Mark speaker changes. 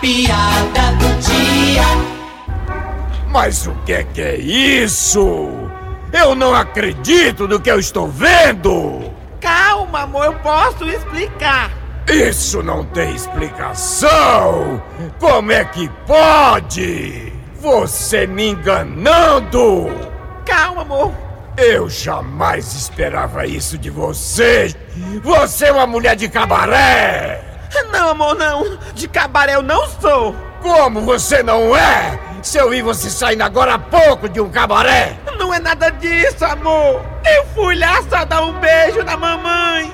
Speaker 1: piada do dia.
Speaker 2: Mas o que é que é isso? Eu não acredito do que eu estou vendo!
Speaker 3: Calma, amor, eu posso explicar.
Speaker 2: Isso não tem explicação! Como é que pode? Você me enganando!
Speaker 3: Calma, amor.
Speaker 2: Eu jamais esperava isso de você! Você é uma mulher de cabaré!
Speaker 3: Não, amor, não. De cabaré eu não sou.
Speaker 2: Como você não é? Se eu vi você saindo agora há pouco de um cabaré!
Speaker 3: Não é nada disso, amor. Eu fui lá só dar um beijo na mamãe.